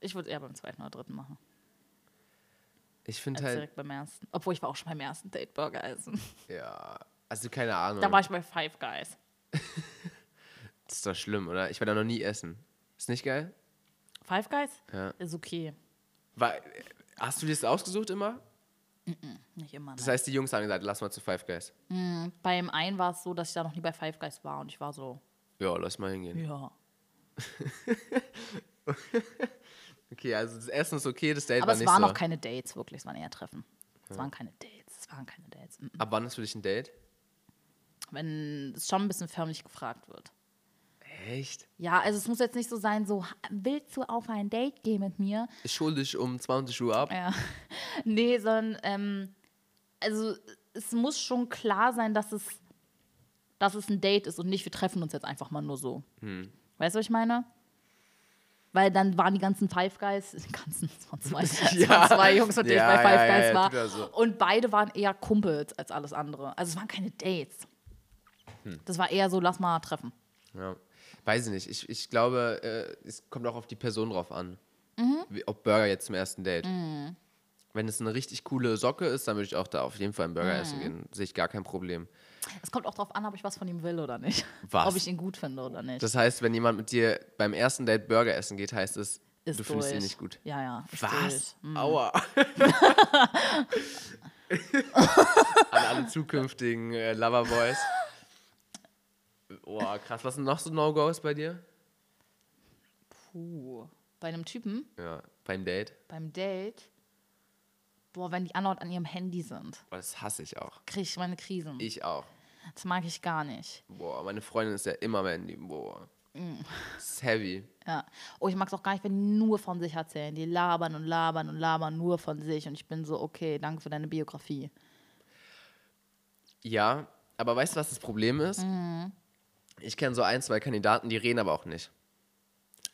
Speaker 2: Ich würde es eher beim zweiten oder dritten machen,
Speaker 3: Ich finde
Speaker 2: als
Speaker 3: halt,
Speaker 2: direkt beim ersten. Obwohl ich war auch schon beim ersten Date Burger essen.
Speaker 3: ja. Also keine Ahnung.
Speaker 2: Da war ich bei Five Guys.
Speaker 3: das ist doch schlimm, oder? Ich war da noch nie essen. Ist nicht geil?
Speaker 2: Five Guys?
Speaker 3: Ja.
Speaker 2: Ist okay.
Speaker 3: War, hast du dir das ausgesucht immer?
Speaker 2: Nicht immer.
Speaker 3: Das
Speaker 2: ne?
Speaker 3: heißt, die Jungs haben gesagt, lass mal zu Five Guys.
Speaker 2: Beim einen war es so, dass ich da noch nie bei Five Guys war und ich war so,
Speaker 3: Ja, lass mal hingehen.
Speaker 2: Ja.
Speaker 3: Okay, also das Essen ist okay, das Date
Speaker 2: Aber
Speaker 3: war
Speaker 2: es
Speaker 3: nicht
Speaker 2: waren
Speaker 3: so.
Speaker 2: auch keine Dates, wirklich. Es waren eher Treffen. Es waren keine Dates. Es waren keine Dates. Mm, mm.
Speaker 3: Ab wann ist für dich ein Date?
Speaker 2: Wenn es schon ein bisschen förmlich gefragt wird.
Speaker 3: Echt?
Speaker 2: Ja, also es muss jetzt nicht so sein, so, willst du auf ein Date gehen mit mir?
Speaker 3: Ich hol dich um 20 Uhr ab.
Speaker 2: Ja. Nee, sondern, ähm, also es muss schon klar sein, dass es, dass es ein Date ist und nicht, wir treffen uns jetzt einfach mal nur so.
Speaker 3: Hm.
Speaker 2: Weißt du, was ich meine? Weil dann waren die ganzen Five Guys, die ganzen, es waren zwei, es waren zwei Jungs, mit denen
Speaker 3: Ja,
Speaker 2: ich bei Five
Speaker 3: ja, ja,
Speaker 2: Guys
Speaker 3: ja,
Speaker 2: war.
Speaker 3: tut ja so.
Speaker 2: Und beide waren eher Kumpels als alles andere. Also es waren keine Dates.
Speaker 3: Hm.
Speaker 2: Das war eher so, lass mal treffen.
Speaker 3: Ja. Weiß ich nicht. Ich, ich glaube, äh, es kommt auch auf die Person drauf an.
Speaker 2: Mhm.
Speaker 3: Wie, ob Burger jetzt zum ersten Date. Wenn es eine richtig coole Socke ist, dann würde ich auch da auf jeden Fall einen
Speaker 2: Mhm.
Speaker 3: Burger essen gehen. Sehe ich gar kein Problem.
Speaker 2: Es kommt auch drauf an, ob ich was von ihm will oder nicht.
Speaker 3: Was?
Speaker 2: Ob ich ihn gut finde oder nicht.
Speaker 3: Das heißt, wenn jemand mit dir beim ersten Date Burger essen geht, heißt es,
Speaker 2: Ist
Speaker 3: du findest ihn
Speaker 2: durch.
Speaker 3: nicht gut.
Speaker 2: Ja, ja. ist durch. Mhm.
Speaker 3: Was? Aua. An alle zukünftigen äh, Loverboys. Boah, krass. Was sind noch so No-Gos bei dir?
Speaker 2: Puh. Uh, Bei einem Typen,
Speaker 3: Ja, beim Date.
Speaker 2: beim Date, boah, wenn die andauernd an ihrem Handy sind,
Speaker 3: Boah, das hasse ich auch.
Speaker 2: kriege ich meine Krisen.
Speaker 3: Ich auch.
Speaker 2: Das mag ich gar nicht.
Speaker 3: Boah, meine Freundin ist ja immer am Handy. Boah.
Speaker 2: Mm.
Speaker 3: Das ist heavy.
Speaker 2: Ja. Oh, ich mag es auch gar nicht, wenn die nur von sich erzählen. Die labern und labern und labern nur von sich. Und ich bin so, okay, danke für deine Biografie.
Speaker 3: Ja, aber weißt du, was das Problem ist?
Speaker 2: Mm.
Speaker 3: Ich kenne so ein, zwei Kandidaten, die reden aber auch nicht.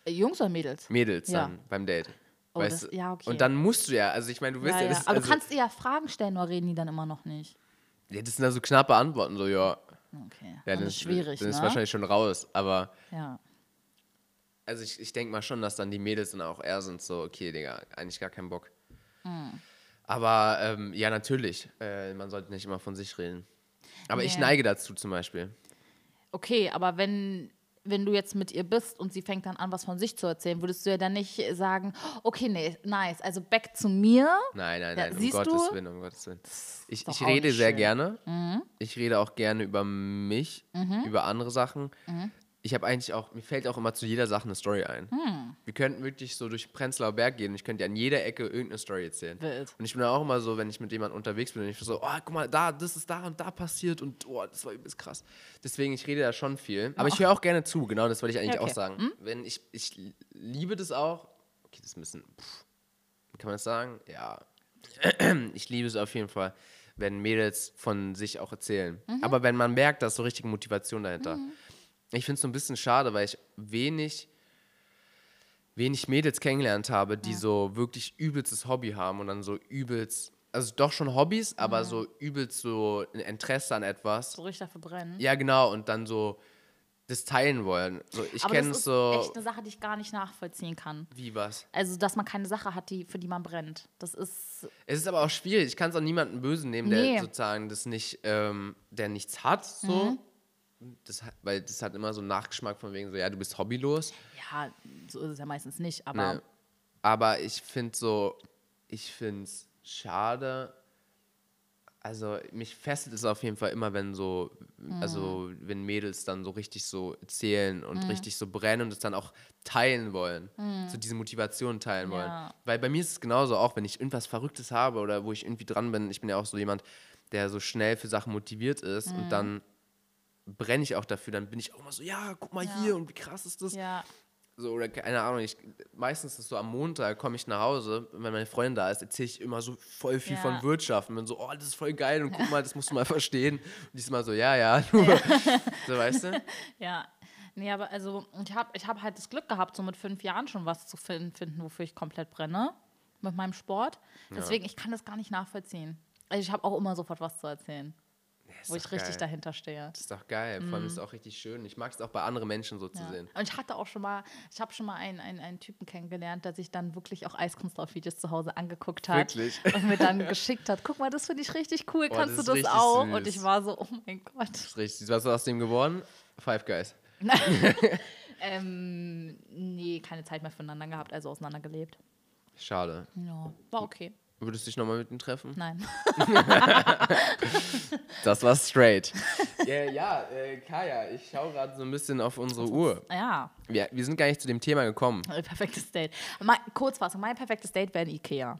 Speaker 2: Äh, Jungs oder Mädels?
Speaker 3: Mädels
Speaker 2: Ja.
Speaker 3: dann beim Date.
Speaker 2: Oh,
Speaker 3: weißt
Speaker 2: das-
Speaker 3: du?
Speaker 2: ja, okay.
Speaker 3: Und dann musst du ja, also ich meine, du willst
Speaker 2: Ja,
Speaker 3: ja,
Speaker 2: ja.
Speaker 3: das.
Speaker 2: Aber
Speaker 3: also,
Speaker 2: du kannst ihr ja Fragen stellen, nur reden die dann immer noch nicht.
Speaker 3: Ja, das sind da so knappe Antworten, so, ja.
Speaker 2: Okay.
Speaker 3: ja
Speaker 2: dann ist schwierig,
Speaker 3: Dann ist
Speaker 2: ne?
Speaker 3: wahrscheinlich schon raus. Aber,
Speaker 2: ja.
Speaker 3: also ich, ich denke mal schon, dass dann die Mädels dann auch eher sind, so, okay, Digga, eigentlich gar keinen Bock.
Speaker 2: Mm.
Speaker 3: Aber, ähm, ja, natürlich. Äh, man sollte nicht immer von sich reden. Aber ich
Speaker 2: Nee.
Speaker 3: neige dazu zum Beispiel.
Speaker 2: Okay, aber wenn, wenn du jetzt mit ihr bist und sie fängt dann an, was von sich zu erzählen, würdest du ja dann nicht sagen, okay, nee, nice, also back zu mir.
Speaker 3: Nein, nein,
Speaker 2: Ja,
Speaker 3: nein, um
Speaker 2: siehst
Speaker 3: Gottes
Speaker 2: du?
Speaker 3: Willen, um Gottes Willen. Ich,
Speaker 2: doch
Speaker 3: ich
Speaker 2: auch
Speaker 3: rede
Speaker 2: nicht
Speaker 3: sehr
Speaker 2: schön. Mhm.
Speaker 3: gerne. Ich rede auch gerne über mich, über andere Sachen.
Speaker 2: Mhm.
Speaker 3: Ich habe eigentlich auch, mir fällt auch immer zu jeder Sache eine Story ein.
Speaker 2: Mhm.
Speaker 3: Wir könnten wirklich so durch Prenzlauer Berg gehen und ich könnte dir an jeder Ecke irgendeine Story erzählen.
Speaker 2: Wild.
Speaker 3: Und ich bin auch immer so, wenn ich mit jemandem unterwegs bin, und ich bin so, oh, guck mal, da, das ist da und da passiert und oh, das war übelst krass. Deswegen, ich rede da schon viel. Aber
Speaker 2: Oh.
Speaker 3: ich höre auch gerne zu, genau, das wollte ich eigentlich
Speaker 2: Ja, okay.
Speaker 3: auch sagen. Wenn ich, ich liebe das auch. Okay, das müssen, pff, kann man das sagen? Ja, ich liebe es auf jeden Fall, wenn Mädels von sich auch erzählen. Aber wenn man merkt, da ist so richtige Motivation dahinter. Ich finde es so ein bisschen schade, weil ich wenig, wenig Mädels kennengelernt habe, die so wirklich übelstes Hobby haben und dann so übelst, also doch schon Hobbys, aber so übelst so ein Interesse an etwas.
Speaker 2: So richtig dafür brennen.
Speaker 3: Ja, genau, und dann so das teilen wollen. So, ich
Speaker 2: aber das
Speaker 3: kenne
Speaker 2: ist
Speaker 3: es so,
Speaker 2: echt eine Sache, die ich gar nicht nachvollziehen kann.
Speaker 3: wie was?
Speaker 2: Also, dass man keine Sache hat, die, für die man brennt. Das ist,
Speaker 3: Es ist aber auch schwierig. Ich kann es auch niemandem böse nehmen,
Speaker 2: Nee.
Speaker 3: der sozusagen das nicht, ähm, der nichts hat,
Speaker 2: Mhm.
Speaker 3: so. Das, hat- weil das hat immer so einen Nachgeschmack von wegen so, ja, du bist hobbylos.
Speaker 2: ja, so ist es ja meistens nicht, aber
Speaker 3: Nee. Aber ich finde so, ich finde es schade. Also mich fesselt es auf jeden Fall immer, wenn so,
Speaker 2: Mhm.
Speaker 3: also wenn Mädels dann so richtig so erzählen und richtig so brennen und es dann auch teilen wollen, so diese Motivation teilen wollen.
Speaker 2: Mhm. Ja.
Speaker 3: Weil bei mir ist es genauso auch, wenn ich irgendwas Verrücktes habe oder wo ich irgendwie dran bin, ich bin ja auch so jemand, der so schnell für Sachen motiviert ist
Speaker 2: Mhm.
Speaker 3: und dann brenne ich auch dafür, dann bin ich auch immer so, ja, guck mal hier und wie krass ist das?
Speaker 2: ja,
Speaker 3: so oder keine Ahnung, ich, meistens ist so am Montag komme ich nach Hause, wenn meine Freundin da ist, erzähle ich immer so voll viel
Speaker 2: Ja.
Speaker 3: von Wirtschaft und bin so, oh, das ist voll geil und guck mal, das musst du mal verstehen. Und die ist immer so, ja, ja, nur. So, weißt du?
Speaker 2: ja. Nee, aber also, ich habe ich hab halt das Glück gehabt, so mit fünf Jahren schon was zu finden, finden wofür ich komplett brenne. Mit meinem Sport. Deswegen, ich kann das gar nicht nachvollziehen. Also, ich habe auch immer sofort was zu erzählen,
Speaker 3: Ist
Speaker 2: wo ich
Speaker 3: doch
Speaker 2: richtig
Speaker 3: geil.
Speaker 2: dahinter stehe.
Speaker 3: Ist doch geil, vor allem ist es auch richtig schön. Ich mag es auch bei anderen Menschen so zu
Speaker 2: Ja.
Speaker 3: sehen.
Speaker 2: Und ich hatte auch schon mal, ich habe schon mal einen, einen, einen Typen kennengelernt, der sich dann wirklich auch Eiskunstlauf-Videos zu Hause angeguckt hat.
Speaker 3: Wirklich?
Speaker 2: Und mir dann geschickt hat, guck mal, das finde ich richtig cool,
Speaker 3: Oh,
Speaker 2: kannst
Speaker 3: das
Speaker 2: du
Speaker 3: ist
Speaker 2: das
Speaker 3: richtig
Speaker 2: auch?
Speaker 3: süß.
Speaker 2: Und ich war so, oh mein Gott.
Speaker 3: Ist richtig. Was ist aus dem geworden? Five Guys.
Speaker 2: Ähm, nee, keine Zeit mehr füreinander gehabt, also auseinandergelebt.
Speaker 3: Schade.
Speaker 2: Ja, war okay.
Speaker 3: Würdest du dich nochmal mit ihm treffen?
Speaker 2: Nein.
Speaker 3: Das war straight. ja, ja äh, Kaya, ich schaue gerade so ein bisschen auf unsere Uhr.
Speaker 2: Ja,
Speaker 3: Wir, wir sind gar nicht zu dem Thema gekommen.
Speaker 2: äh, perfektes Date. Mein, Kurzfassung, mein perfektes Date wäre in Ikea.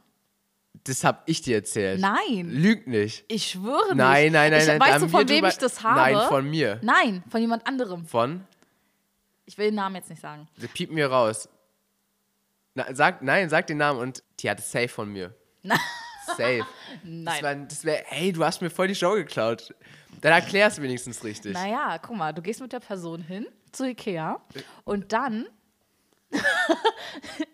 Speaker 3: Das habe ich dir erzählt.
Speaker 2: Nein.
Speaker 3: Lüg nicht.
Speaker 2: Ich schwöre
Speaker 3: Nein,
Speaker 2: nicht.
Speaker 3: nein, nein,
Speaker 2: ich,
Speaker 3: nein. da
Speaker 2: Weißt du,
Speaker 3: haben
Speaker 2: von
Speaker 3: wir
Speaker 2: wem
Speaker 3: drüber-
Speaker 2: ich das habe?
Speaker 3: Nein, von mir.
Speaker 2: Nein, von jemand anderem.
Speaker 3: Von?
Speaker 2: Ich will den Namen jetzt nicht sagen.
Speaker 3: Die piepen wir raus. Na, sag, nein, sag den Namen und die hat es safe von mir. safe. Das,
Speaker 2: Nein.
Speaker 3: war- das wäre, ey, du hast mir voll die Show geklaut. Dann erklär's wenigstens richtig.
Speaker 2: Naja, guck mal, du gehst mit der Person hin zu Ikea
Speaker 3: Äh.
Speaker 2: und dann.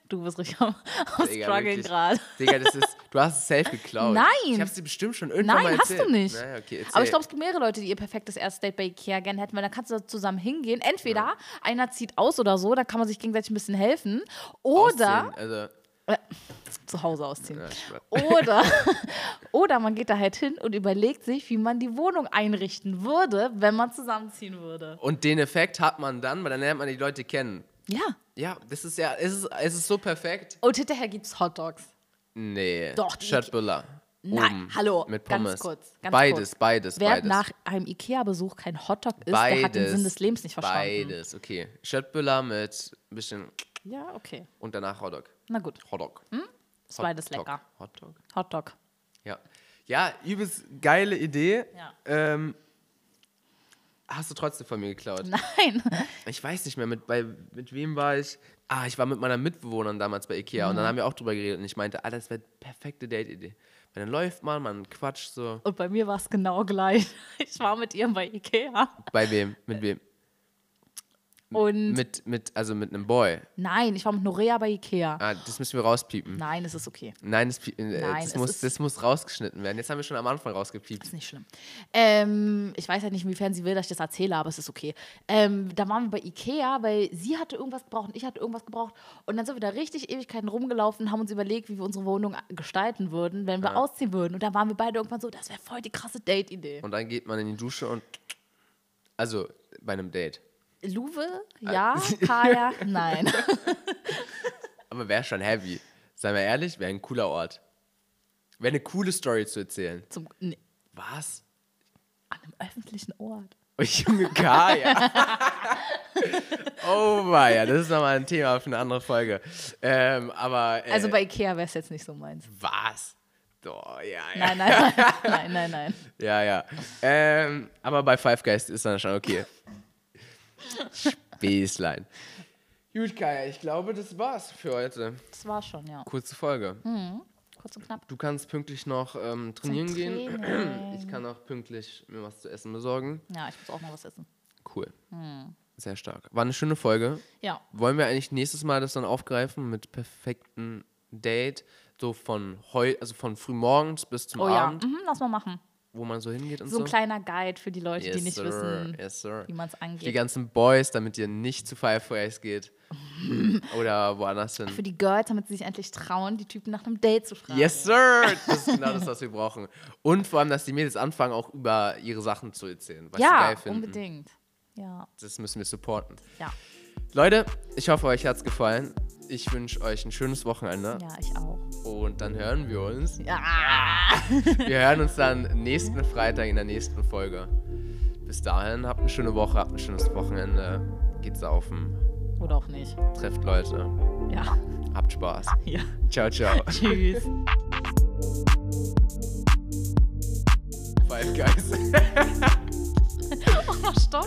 Speaker 2: du bist richtig am, am
Speaker 3: Digga,
Speaker 2: Struggeln
Speaker 3: wirklich.
Speaker 2: gerade.
Speaker 3: Digga, das ist, du hast es safe geklaut.
Speaker 2: Nein.
Speaker 3: Ich hab's dir bestimmt schon irgendwann mal
Speaker 2: Nein, hast
Speaker 3: erzählt.
Speaker 2: du nicht.
Speaker 3: Naja, okay,
Speaker 2: Aber ich
Speaker 3: erzähl.
Speaker 2: glaube, es gibt mehrere Leute, die ihr perfektes erstes Date bei Ikea gerne hätten, weil dann kannst du da zusammen hingehen. Entweder einer zieht aus oder so, dann kann man sich gegenseitig ein bisschen helfen. Oder äh,
Speaker 3: Aussehen, Also,
Speaker 2: zu Hause ausziehen.
Speaker 3: ja, ich-
Speaker 2: Oder, oder man geht da halt hin und überlegt sich, wie man die Wohnung einrichten würde, wenn man zusammenziehen würde.
Speaker 3: Und den Effekt hat man dann, weil dann lernt man die Leute kennen.
Speaker 2: Ja.
Speaker 3: Ja, das ist ja, es ist, es ist so perfekt.
Speaker 2: Und hinterher gibt's Hot Dogs.
Speaker 3: Nee.
Speaker 2: Doch, die-
Speaker 3: Schöttbüller.
Speaker 2: Nein, hallo,
Speaker 3: Mit
Speaker 2: ganz
Speaker 3: Pommes.
Speaker 2: kurz, ganz
Speaker 3: beides,
Speaker 2: kurz.
Speaker 3: beides,
Speaker 2: Wer
Speaker 3: beides.
Speaker 2: nach einem Ikea-Besuch kein Hotdog isst,
Speaker 3: beides.
Speaker 2: der hat den Sinn des Lebens nicht verstanden.
Speaker 3: Beides, okay. Schöttbüller mit ein bisschen
Speaker 2: Ja, okay.
Speaker 3: und danach Hotdog.
Speaker 2: Na gut,
Speaker 3: Hotdog.
Speaker 2: ist Hm, beides
Speaker 3: Hotdog.
Speaker 2: lecker.
Speaker 3: Hotdog?
Speaker 2: Hotdog.
Speaker 3: Ja. Ja, übelst geile Idee.
Speaker 2: Ja.
Speaker 3: Ähm, hast du trotzdem von mir geklaut?
Speaker 2: Nein.
Speaker 3: ich weiß nicht mehr, mit, bei, mit wem war ich. Ah, ich war mit meiner Mitbewohnerin damals bei Ikea
Speaker 2: Mhm.
Speaker 3: und dann haben wir auch drüber geredet und ich meinte, ah, das wäre perfekte Date-Idee. Weil dann läuft man, man quatscht so.
Speaker 2: Und bei mir war es genau gleich. Ich war mit ihr bei Ikea.
Speaker 3: Bei wem? Mit wem?
Speaker 2: Und
Speaker 3: Mit, mit, also mit einem Boy.
Speaker 2: nein, ich war mit Norea bei Ikea.
Speaker 3: Ah, das müssen wir rauspiepen.
Speaker 2: Nein, es ist okay.
Speaker 3: Nein, das, piep- äh,
Speaker 2: Nein,
Speaker 3: das,
Speaker 2: es
Speaker 3: muss,
Speaker 2: ist-
Speaker 3: das muss rausgeschnitten werden. Jetzt haben wir schon am Anfang rausgepiept.
Speaker 2: Ist nicht schlimm. Ähm, ich weiß halt nicht, inwiefern sie will, dass ich das erzähle, aber es ist okay. Ähm, da waren wir bei Ikea, weil sie hatte irgendwas gebraucht und ich hatte irgendwas gebraucht. Und dann sind wir da richtig Ewigkeiten rumgelaufen und haben uns überlegt, wie wir unsere Wohnung gestalten würden, wenn wir ausziehen würden. Und dann waren wir beide irgendwann so, das wäre voll die krasse Date-Idee.
Speaker 3: Und dann geht man in die Dusche und. Also bei einem Date.
Speaker 2: Luwe?
Speaker 3: Äh.
Speaker 2: Ja. Kaya? Nein.
Speaker 3: Aber wäre schon heavy. Seien wir ehrlich, wäre ein cooler Ort. Wäre eine coole Story zu erzählen.
Speaker 2: Zum, nee,
Speaker 3: Was?
Speaker 2: an einem öffentlichen Ort.
Speaker 3: Oh, Junge Kaya. oh weia, das ist nochmal ein Thema für eine andere Folge. Ähm, aber äh,
Speaker 2: Also bei Ikea wäre es jetzt nicht so meins.
Speaker 3: was? Doch, ja, ja.
Speaker 2: Nein, nein, nein, nein, nein, nein.
Speaker 3: ja, ja. Ähm, aber bei Five Guys ist dann schon okay. Späßlein. Gut, Kaya, ich glaube, das war's für heute.
Speaker 2: Das war schon, ja.
Speaker 3: Kurze Folge.
Speaker 2: Hm. Kurz und knapp.
Speaker 3: Du kannst pünktlich noch ähm, trainieren gehen.
Speaker 2: Training.
Speaker 3: Ich kann auch pünktlich mir was zu essen besorgen.
Speaker 2: Ja, ich muss auch mal was essen.
Speaker 3: Cool.
Speaker 2: Hm.
Speaker 3: Sehr stark. War eine schöne Folge.
Speaker 2: Ja.
Speaker 3: Wollen wir eigentlich nächstes Mal das dann aufgreifen mit perfekten Date? So von heu also von frühmorgens bis zum
Speaker 2: Oh ja,
Speaker 3: Abend,
Speaker 2: mhm, lass mal machen.
Speaker 3: wo man so hingeht und so.
Speaker 2: So ein kleiner Guide für die Leute,
Speaker 3: yes,
Speaker 2: die nicht
Speaker 3: sir.
Speaker 2: wissen,
Speaker 3: yes, sir.
Speaker 2: wie man es
Speaker 3: Die
Speaker 2: angeht.
Speaker 3: ganzen Boys, damit ihr nicht zu Five Ways geht. Oder woanders hin.
Speaker 2: Für die Girls, damit sie sich endlich trauen, die Typen nach einem Date zu fragen.
Speaker 3: Yes, sir! Das ist genau das, was wir brauchen. Und vor allem, dass die Mädels anfangen, auch über ihre Sachen zu erzählen, was sie
Speaker 2: ja,
Speaker 3: geil finden.
Speaker 2: unbedingt. Ja,
Speaker 3: Das müssen wir supporten.
Speaker 2: ja,
Speaker 3: Leute, ich hoffe, euch hat's gefallen. Ich wünsche euch ein schönes Wochenende
Speaker 2: ja, ich auch.
Speaker 3: und dann hören wir uns.
Speaker 2: Ja.
Speaker 3: Wir hören uns dann nächsten Freitag in der nächsten Folge. Bis dahin, habt eine schöne Woche, habt ein schönes Wochenende. Geht's saufen,
Speaker 2: Oder auch nicht.
Speaker 3: trefft Leute,
Speaker 2: Ja,
Speaker 3: habt Spaß.
Speaker 2: ja.
Speaker 3: Ciao, ciao.
Speaker 2: Tschüss.
Speaker 3: Five Guys.
Speaker 2: Oh, stopp.